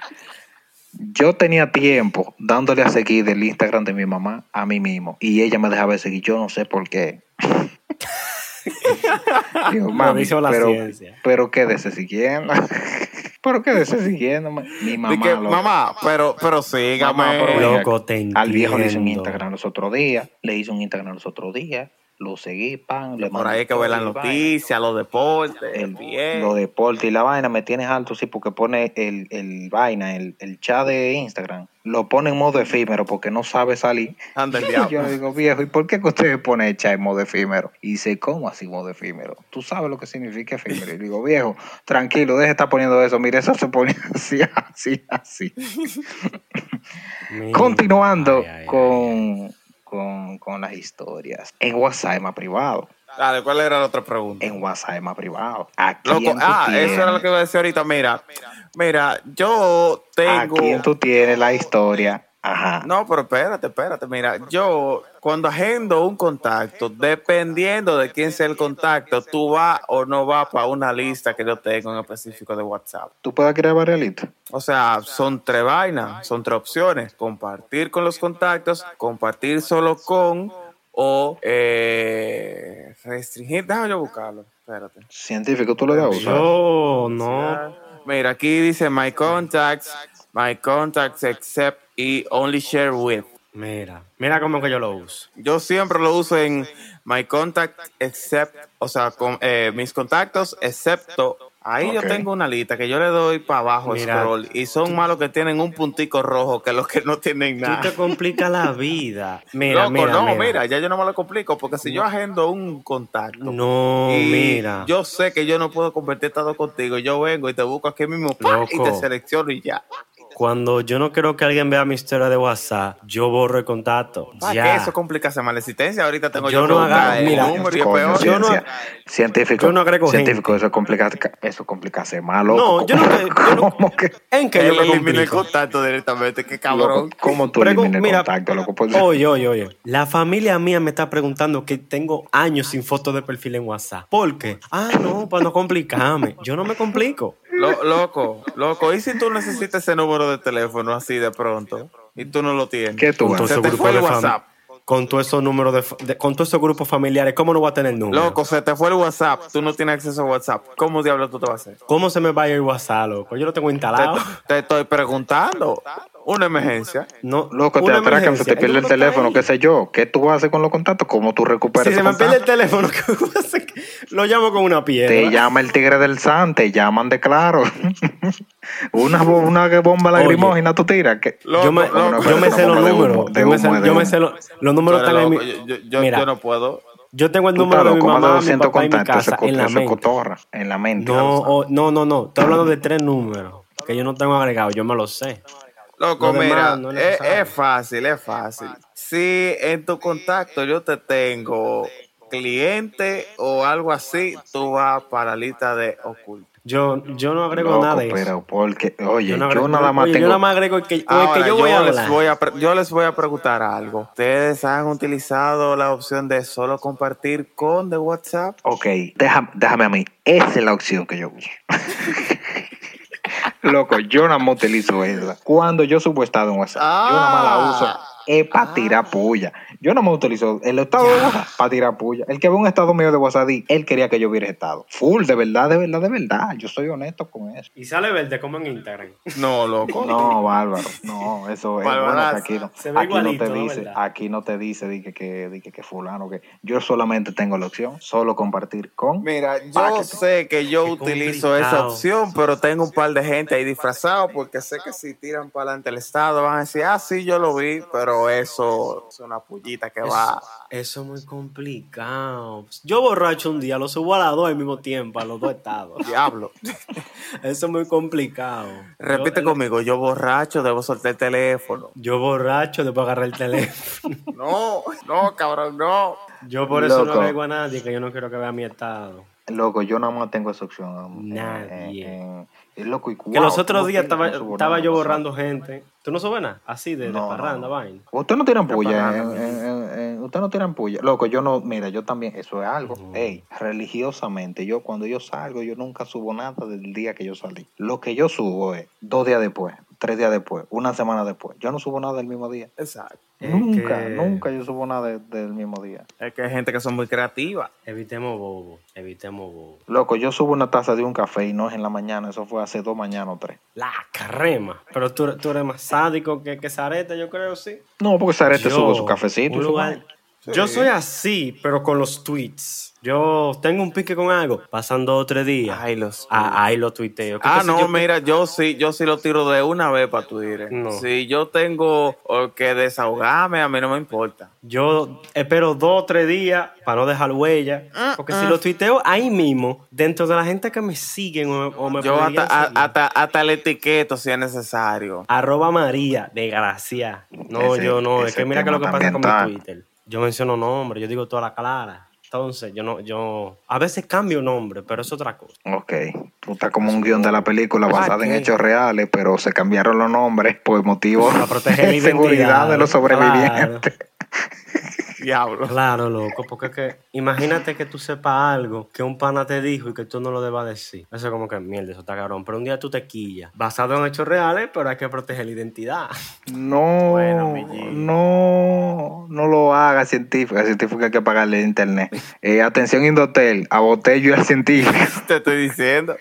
Speaker 2: Yo tenía tiempo dándole a seguir del Instagram de mi mamá a mí mismo y ella me dejaba de seguir. Yo no sé por qué. Digo, "Mami,
Speaker 3: dice la
Speaker 2: pero,
Speaker 3: ciencia".
Speaker 2: pero quédese siguiendo. pero quédese siguiendo. ma-". Mi mamá.
Speaker 1: Di que,
Speaker 2: loco.
Speaker 1: mamá, pero, pero sígame.
Speaker 2: Mamá, pero venga,
Speaker 3: Loco, te
Speaker 2: eh, Al viejo le hice un
Speaker 3: entiendo.
Speaker 2: Instagram los otros días. Le hice un Instagram los otros días. Lo seguí, pan. Le
Speaker 1: por
Speaker 2: mandé
Speaker 1: ahí es que ver las
Speaker 2: todo y vaina
Speaker 1: noticias, los deportes,
Speaker 2: el,
Speaker 1: el bien.
Speaker 2: lo deporte y la vaina me tienes alto, sí, porque pone el, el vaina, el, el chat de Instagram, lo pone en modo efímero porque no sabe salir.
Speaker 1: Anda el
Speaker 2: Y yo
Speaker 1: diablo.
Speaker 2: le digo, viejo, ¿y por qué que ustedes ponen el chat en modo efímero? Y dice, ¿cómo así modo efímero? ¿Tú sabes lo que significa efímero? Y digo, viejo, tranquilo, deje de estar poniendo eso. Mire, eso se pone así, así, así.
Speaker 3: Mira.
Speaker 2: Continuando
Speaker 3: Ay, ay, ay.
Speaker 2: con, con, con las historias. En WhatsApp más privado.
Speaker 1: Dale, ¿cuál era la otra pregunta?
Speaker 2: En WhatsApp más privado. ¿A
Speaker 1: Loco,
Speaker 2: Eh, quién tú
Speaker 1: ah, eso era lo
Speaker 2: tienes?
Speaker 1: que iba a decir ahorita. Mira, mira, yo
Speaker 2: ¿A
Speaker 1: tengo.
Speaker 2: quién tú tienes la historia? Ajá.
Speaker 1: No, pero espérate, espérate. Mira, yo cuando agendo un contacto, dependiendo de quién sea el contacto, tú vas o no vas para una lista que yo tengo en específico de WhatsApp.
Speaker 2: ¿Tú puedes crear varias listas?
Speaker 1: O sea, son tres vainas, son tres opciones. Compartir con los contactos, compartir solo con o eh, restringir. Déjame yo buscarlo. Espérate.
Speaker 2: Científico, tú lo das a usar.
Speaker 3: Yo no.
Speaker 1: Mira, aquí dice my contacts, my contacts except y only share with.
Speaker 3: Mira, mira cómo que yo lo uso.
Speaker 1: Yo siempre lo uso en my contact except, o sea, con eh, mis contactos excepto. Ahí yo
Speaker 2: Ok.
Speaker 1: tengo una lista que yo le doy para abajo
Speaker 3: Mira,
Speaker 1: scroll y son malos que tienen un puntico rojo que los que no tienen
Speaker 3: Tú te
Speaker 1: nada.
Speaker 3: complicas la vida. Mira,
Speaker 1: Loco,
Speaker 3: mira,
Speaker 1: no,
Speaker 3: mira.
Speaker 1: mira. ya yo no me lo complico porque si yo agendo un contacto
Speaker 3: No,
Speaker 1: y
Speaker 3: mira.
Speaker 1: yo sé que yo no puedo convertir estado contigo, yo vengo y te busco aquí mismo ¡pa! y te
Speaker 3: Loco.
Speaker 1: selecciono y ya.
Speaker 3: Cuando yo no quiero que alguien vea mi historia de WhatsApp, yo borro el contacto.
Speaker 1: ¿Para
Speaker 3: ya.
Speaker 1: qué eso complica esa mala existencia? Ahorita tengo
Speaker 3: Yo
Speaker 1: yo, que
Speaker 3: no
Speaker 1: buscar
Speaker 3: agarro-
Speaker 1: Ah, el
Speaker 3: mira,
Speaker 1: número y es
Speaker 2: Coño,
Speaker 1: peor.
Speaker 3: yo no-
Speaker 2: ciencia. científico,
Speaker 3: yo no agrego
Speaker 2: científico,
Speaker 3: gente.
Speaker 2: eso es complicado, eso es complicarse malo.
Speaker 3: No, yo no te- yo no-
Speaker 2: ¿Cómo que?
Speaker 3: ¿En qué
Speaker 1: que
Speaker 3: yo
Speaker 1: él
Speaker 3: me
Speaker 1: elimina el
Speaker 3: complico?
Speaker 1: contacto directamente, qué
Speaker 2: Loco,
Speaker 1: cabrón.
Speaker 2: ¿Cómo tú
Speaker 3: Pregu-
Speaker 2: eliminas el
Speaker 3: mira, oh,
Speaker 2: contacto, loco? Pues-
Speaker 3: Oye, oye, oye. La familia mía me está preguntando que tengo años sin fotos de perfil en WhatsApp. ¿Por qué? Ah, no, para no complicarme. Yo no me complico.
Speaker 1: Lo- loco, loco. ¿Y si tú necesitas ese número de teléfono así de pronto y tú no lo tienes?
Speaker 2: ¿Qué tú
Speaker 3: Con
Speaker 2: haces?
Speaker 3: todos
Speaker 1: Se
Speaker 3: esos
Speaker 1: te fue
Speaker 3: grupos
Speaker 1: el
Speaker 3: de fam-
Speaker 1: WhatsApp.
Speaker 3: Con todos esos números de, fa- de- con todos esos grupos familiares, ¿cómo no voy a tener número?
Speaker 1: Loco, se te fue el WhatsApp. Tú no tienes acceso a WhatsApp. ¿Cómo diablos tú te vas a hacer?
Speaker 3: ¿Cómo se me va a ir WhatsApp, loco? Yo lo tengo
Speaker 1: Te,
Speaker 3: instalado.
Speaker 1: te estoy preguntando. Una emergencia.
Speaker 3: No,
Speaker 2: Loco, te
Speaker 3: una
Speaker 2: atracan, se
Speaker 3: emergencia.
Speaker 2: te pierde el
Speaker 3: número está
Speaker 2: teléfono,
Speaker 3: ahí.
Speaker 2: qué sé yo. ¿Qué tú haces con los contactos? ¿Cómo tú recuperas
Speaker 3: Si se
Speaker 2: esos
Speaker 3: me pierde el
Speaker 2: contactos?
Speaker 3: teléfono, ¿qué voy a hacer? lo llamo con una piedra.
Speaker 2: Te llama el tigre del san, te llaman de claro. una, bo- una bomba
Speaker 3: Oye.
Speaker 2: lagrimógena tú tiras. que-
Speaker 1: Loco,
Speaker 3: yo me,
Speaker 1: loco,
Speaker 3: yo
Speaker 2: espérate,
Speaker 3: me sé
Speaker 2: no,
Speaker 3: los
Speaker 2: de humo,
Speaker 3: números.
Speaker 2: de
Speaker 3: Yo me
Speaker 2: humo,
Speaker 3: sé,
Speaker 2: de
Speaker 3: yo me
Speaker 2: humo.
Speaker 3: sé los, los números
Speaker 1: Tú eres
Speaker 3: están en
Speaker 1: loco.
Speaker 3: mi-
Speaker 1: Yo, yo- yo-
Speaker 3: Mira,
Speaker 1: yo no puedo.
Speaker 3: yo tengo el
Speaker 2: Tú
Speaker 3: número
Speaker 2: estás
Speaker 3: de mi
Speaker 2: loco, más de
Speaker 3: mamá, mi
Speaker 2: 200
Speaker 3: papá y mi
Speaker 2: contactos, eso
Speaker 3: casa
Speaker 2: co-
Speaker 3: en la
Speaker 2: eso es
Speaker 3: mente.
Speaker 2: cotorra, en la mente.
Speaker 3: No,
Speaker 2: Gonzalo.
Speaker 3: o- no, no, no. Estoy hablando de tres números que yo no tengo agregado. Yo me los sé.
Speaker 1: Loco,
Speaker 3: Lo demás
Speaker 1: mira,
Speaker 3: no es
Speaker 1: es,
Speaker 3: necesario.
Speaker 1: es fácil, es fácil. Si en tu contacto yo te tengo cliente o algo así, tú vas para la lista de oculto.
Speaker 3: Yo, yo no agrego
Speaker 2: Loco,
Speaker 3: nada de eso.
Speaker 2: pero porque, oye, yo,
Speaker 3: no agrego-
Speaker 2: nada más
Speaker 3: oye,
Speaker 2: tengo.
Speaker 3: yo nada más agrego el que, con el que
Speaker 1: Ahora,
Speaker 3: yo
Speaker 1: yo,
Speaker 3: voy a
Speaker 1: les
Speaker 3: hablar.
Speaker 1: voy a pre- yo les voy a preguntar algo. ¿Ustedes han utilizado la opción de solo compartir con de WhatsApp?
Speaker 2: Ok, déjame, déjame a mí. Esa es la opción que yo uso.
Speaker 3: Ah.
Speaker 2: Loco, yo nada más utilizo esa. Cuando yo subo estado en WhatsApp, yo nada más la uso es para tirar puya. Yo no me utilizo el estado de WhatsApp para tirar puya. El que ve un estado mío de WhatsApp, di, él quería que yo viera ese estado. Full, de verdad, de verdad, de verdad. Yo soy honesto con eso.
Speaker 3: Y sale verde como en Instagram.
Speaker 1: No, loco.
Speaker 2: No, bárbaro. No, eso es
Speaker 1: Bárbaro,
Speaker 2: bueno, que aquí no,
Speaker 3: se ve
Speaker 2: aquí no
Speaker 3: igualito,
Speaker 2: te
Speaker 3: ¿no?
Speaker 2: dice,
Speaker 3: ¿Verdad?
Speaker 2: aquí no te dice di que, que, di que, que fulano, que yo solamente tengo la opción, solo compartir con.
Speaker 1: Mira, yo
Speaker 2: Paquete.
Speaker 1: sé que yo
Speaker 3: Qué
Speaker 1: utilizo esa
Speaker 3: complicado.
Speaker 1: opción, pero tengo un par de gente ahí disfrazado porque sé que si tiran para adelante el Estado van a decir, ah, sí, yo lo vi, pero eso es una pullita que va.
Speaker 3: Eso, eso es muy complicado. Yo borracho un día, lo subo a las dos al mismo tiempo, a los dos estados.
Speaker 1: Diablo.
Speaker 3: Eso es muy complicado.
Speaker 1: Repite
Speaker 3: yo,
Speaker 1: conmigo, yo borracho, debo soltar el teléfono.
Speaker 3: Yo borracho, después agarrar el teléfono.
Speaker 1: No, no, cabrón, no.
Speaker 3: Yo por eso
Speaker 2: Loco.
Speaker 3: no agrego a nadie, que yo no quiero que vea mi estado.
Speaker 2: Loco, yo nada más tengo esa opción. en-
Speaker 3: Nadie.
Speaker 2: en- en- eh, loco, y
Speaker 3: Que los
Speaker 2: wow,
Speaker 3: otros
Speaker 2: tú
Speaker 3: días
Speaker 2: no tienes
Speaker 3: estaba,
Speaker 2: que subornar
Speaker 3: estaba yo
Speaker 2: WhatsApp.
Speaker 3: borrando gente. ¿Tú no subes nada? Así, de, de
Speaker 2: No, no,
Speaker 3: parranda,
Speaker 2: no.
Speaker 3: vaina.
Speaker 2: Usted no tiran puya. eh,
Speaker 1: parranda,
Speaker 2: en-
Speaker 1: mira.
Speaker 2: en- en- en- Usted no tiran puya. Loco, yo no. Mira, yo también. Eso es algo.
Speaker 3: No.
Speaker 2: Ey, religiosamente. Yo cuando yo salgo, yo nunca subo nada del día que yo salí. Lo que yo subo es dos días después, tres días después, una semana después. Yo no subo nada del mismo día.
Speaker 1: Exacto.
Speaker 3: Es
Speaker 2: nunca,
Speaker 3: que-
Speaker 2: nunca yo subo nada de- del mismo día.
Speaker 1: Es que hay gente que son muy creativas.
Speaker 3: Evitemos bobo, evitemos bobo.
Speaker 2: Loco, yo subo una taza de un café y no es en la mañana. Eso fue hace dos mañanas o tres.
Speaker 3: La crema. Pero tú, tú eres más sádico que, que Zareta, yo creo, sí.
Speaker 2: No, porque Sarete
Speaker 3: Yo,
Speaker 2: sube este su cafecito.
Speaker 3: un
Speaker 2: y su
Speaker 3: lugar-
Speaker 2: vaina.
Speaker 3: Yo soy así, pero con los tweets. Yo tengo un pique con algo. Pasan dos o tres días.
Speaker 1: Ay, los.
Speaker 3: Ah, ahí lo tuiteo. ¿Qué
Speaker 1: Ah,
Speaker 3: sé
Speaker 1: no,
Speaker 3: yo?
Speaker 1: mira, yo sí, yo sí lo tiro de una vez para Twitter.
Speaker 3: No.
Speaker 1: Si yo tengo o que desahogarme, a mí no me importa.
Speaker 3: Yo espero dos o tres días para no dejar huella. Porque si lo tuiteo ahí mismo, dentro de la gente que me siguen o, o me
Speaker 1: Yo hasta,
Speaker 3: podrían
Speaker 1: a-
Speaker 3: seguir.
Speaker 1: hasta, hasta el etiqueto si es necesario.
Speaker 3: Arroba María, de gracia. No,
Speaker 2: Ese-
Speaker 3: yo no. Es
Speaker 2: ese
Speaker 3: que mira que lo que
Speaker 2: tema
Speaker 3: pasa con mi
Speaker 2: también
Speaker 3: Twitter. Yo menciono nombres, yo digo toda la clara. Entonces, yo no, yo a veces cambio nombre, pero es otra cosa.
Speaker 2: Ok, tú estás como un guión de la película
Speaker 3: Ah,
Speaker 2: basada en
Speaker 1: qué?
Speaker 2: hechos reales, pero se cambiaron los nombres por motivos
Speaker 3: Para proteger la
Speaker 2: de seguridad
Speaker 3: identidad,
Speaker 2: de los sobrevivientes.
Speaker 1: Diablo.
Speaker 3: Claro, loco, porque es que imagínate que tú sepas algo que un pana te dijo y que tú no lo debas decir. Eso es como que mierda, eso está cabrón. Pero un día tú te quillas, basado en hechos reales, pero hay que proteger la identidad.
Speaker 2: No,
Speaker 1: Bueno, mi G.
Speaker 2: no, no lo haga científico. Al científico hay que pagarle el internet. Eh, atención Indotel, a Botello y al científico,
Speaker 1: Te estoy diciendo.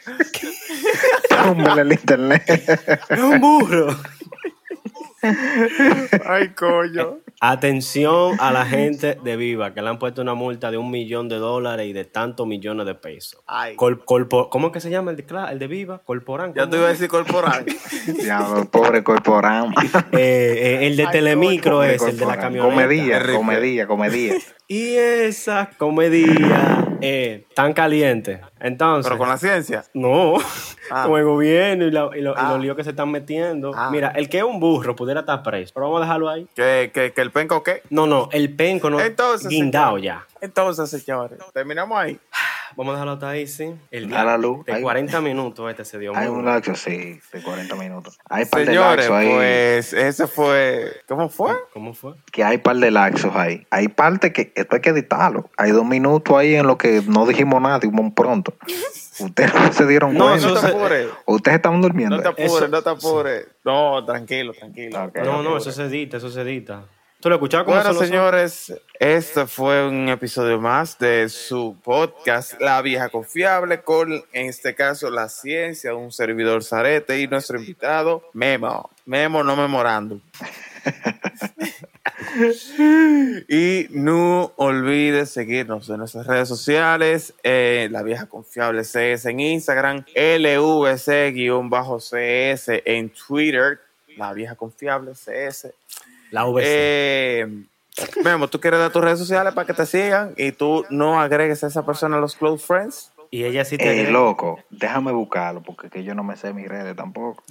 Speaker 2: túmbele el internet.
Speaker 3: es un burro.
Speaker 1: Ay, coño.
Speaker 3: Atención a la gente de Viva, que le han puesto una multa de un millón de dólares y de tantos millones de pesos.
Speaker 1: Ay.
Speaker 3: Col- corpo- ¿Cómo es que se llama el de, Cla- el de Viva? Corporán.
Speaker 1: Ya
Speaker 3: ¿cómo
Speaker 1: te iba a
Speaker 3: es?
Speaker 1: decir corporal.
Speaker 2: Diablo, pobre corporán.
Speaker 3: Eh, eh, el de
Speaker 1: Ay,
Speaker 3: Telemicro
Speaker 2: Pobre
Speaker 3: es, el de la
Speaker 2: corporán.
Speaker 3: camioneta.
Speaker 2: Comedía,
Speaker 1: Terrible.
Speaker 2: comedía, comedía.
Speaker 3: Y esa comedia eh, tan caliente. Entonces,
Speaker 1: Pero con la ciencia.
Speaker 3: no,
Speaker 1: Ah.
Speaker 3: con el gobierno y, la- y lo- y
Speaker 1: Ah.
Speaker 3: los líos que se están metiendo.
Speaker 1: Ah.
Speaker 3: Mira, el que es un burro pudiera estar preso, pero vamos a dejarlo ahí.
Speaker 1: Que, que, que el penco qué.
Speaker 3: No, no, el penco no
Speaker 1: Entonces,
Speaker 3: guindado
Speaker 1: señores.
Speaker 3: ya.
Speaker 1: Entonces, señores, terminamos ahí.
Speaker 3: Vamos a dejarlo hasta ahí, sí. El
Speaker 2: A la
Speaker 3: día
Speaker 2: luz,
Speaker 3: de
Speaker 2: ahí.
Speaker 3: 40 minutos este se dio.
Speaker 2: Hay
Speaker 3: muy
Speaker 2: un
Speaker 3: bueno.
Speaker 2: laxo, sí, de 40 minutos. Hay par de
Speaker 1: Señores,
Speaker 2: laxos ahí.
Speaker 1: pues ese fue. ¿Cómo fue?
Speaker 3: ¿Cómo fue?
Speaker 2: que hay par de laxos ahí. Hay parte que esto hay que editarlo. Hay dos minutos ahí en lo que no dijimos nada y un pronto. Ustedes no se dieron
Speaker 3: No,
Speaker 2: cuenta.
Speaker 1: No te
Speaker 3: eso se-
Speaker 1: apures.
Speaker 2: Ustedes estaban durmiendo.
Speaker 1: No te
Speaker 2: ahí.
Speaker 1: apures,
Speaker 3: Eso-
Speaker 1: no te apures. No, tranquilo, tranquilo.
Speaker 2: Ok.
Speaker 3: no, no, eso se edita, eso se edita. ¿Tú lo escuchabas cómo
Speaker 1: Bueno,
Speaker 3: son los-
Speaker 1: señores, este fue un episodio más de su podcast La Vieja Confiable con, en este caso, la ciencia, un servidor Zarete y nuestro invitado Memo. Memo, no memorando. y no olvides seguirnos en nuestras redes sociales, eh, La Vieja Confiable CS en Instagram, LVC-CS en Twitter, La Vieja Confiable CS
Speaker 3: La VC.
Speaker 1: eh, Memo, ¿tú quieres dar tus redes sociales para que te sigan y tú no agregues a esa persona a los close friends?
Speaker 3: y ella sí te.
Speaker 2: Eh, loco, déjame buscarlo porque que yo no me sé mis redes tampoco.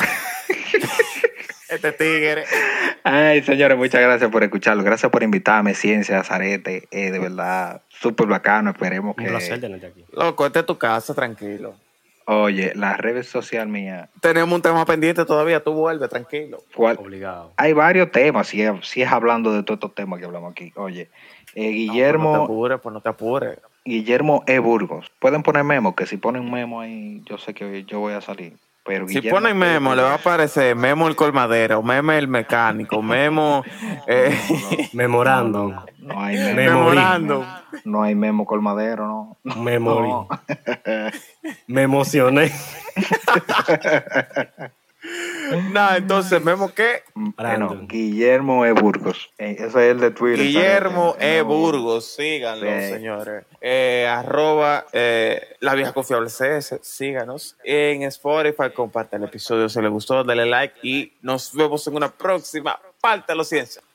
Speaker 1: Este tigre.
Speaker 2: Ay, señores, muchas gracias por escucharlo. Gracias por invitarme, Ciencia, Zarete. Eh, de verdad, súper bacano. Esperemos
Speaker 3: Un
Speaker 2: que.
Speaker 3: placer tenerte aquí.
Speaker 1: Loco, este es tu casa, tranquilo.
Speaker 2: Oye, las redes sociales mías.
Speaker 1: Tenemos un tema pendiente todavía, tú vuelves, tranquilo.
Speaker 2: ¿Cuál,
Speaker 3: Obligado.
Speaker 2: Hay varios temas, si es, si es hablando de todos estos temas que hablamos aquí. Oye, eh,
Speaker 1: No,
Speaker 2: Guillermo,
Speaker 1: pues no te apures, pues no te apures.
Speaker 2: Guillermo E. Burgos. Pueden poner memo, que si ponen memo ahí, yo sé que yo voy a salir. Pero
Speaker 1: Si ponen Memo, le va a aparecer Memo el colmadero, Memo el mecánico, Memo. eh,
Speaker 3: Memorando.
Speaker 2: No hay
Speaker 3: Me
Speaker 2: memo,
Speaker 3: morí.
Speaker 1: memorando.
Speaker 2: no hay memo colmadero, no.
Speaker 3: Me morí.
Speaker 2: No.
Speaker 3: Me emocioné.
Speaker 1: Nada, entonces, Memo que
Speaker 3: Brandon.
Speaker 2: Bueno, Guillermo E. Burgos. Eh, Ese es el de Twitter.
Speaker 1: Guillermo
Speaker 2: ¿sabes?
Speaker 1: E.
Speaker 2: No.
Speaker 1: Burgos, síganlo,
Speaker 2: Sí.
Speaker 1: señores. Eh, arroba eh, la vieja confiable CS, síganos. En Spotify, compartan el episodio si les gustó, dale like y nos vemos en una próxima. Falta lo ciencia.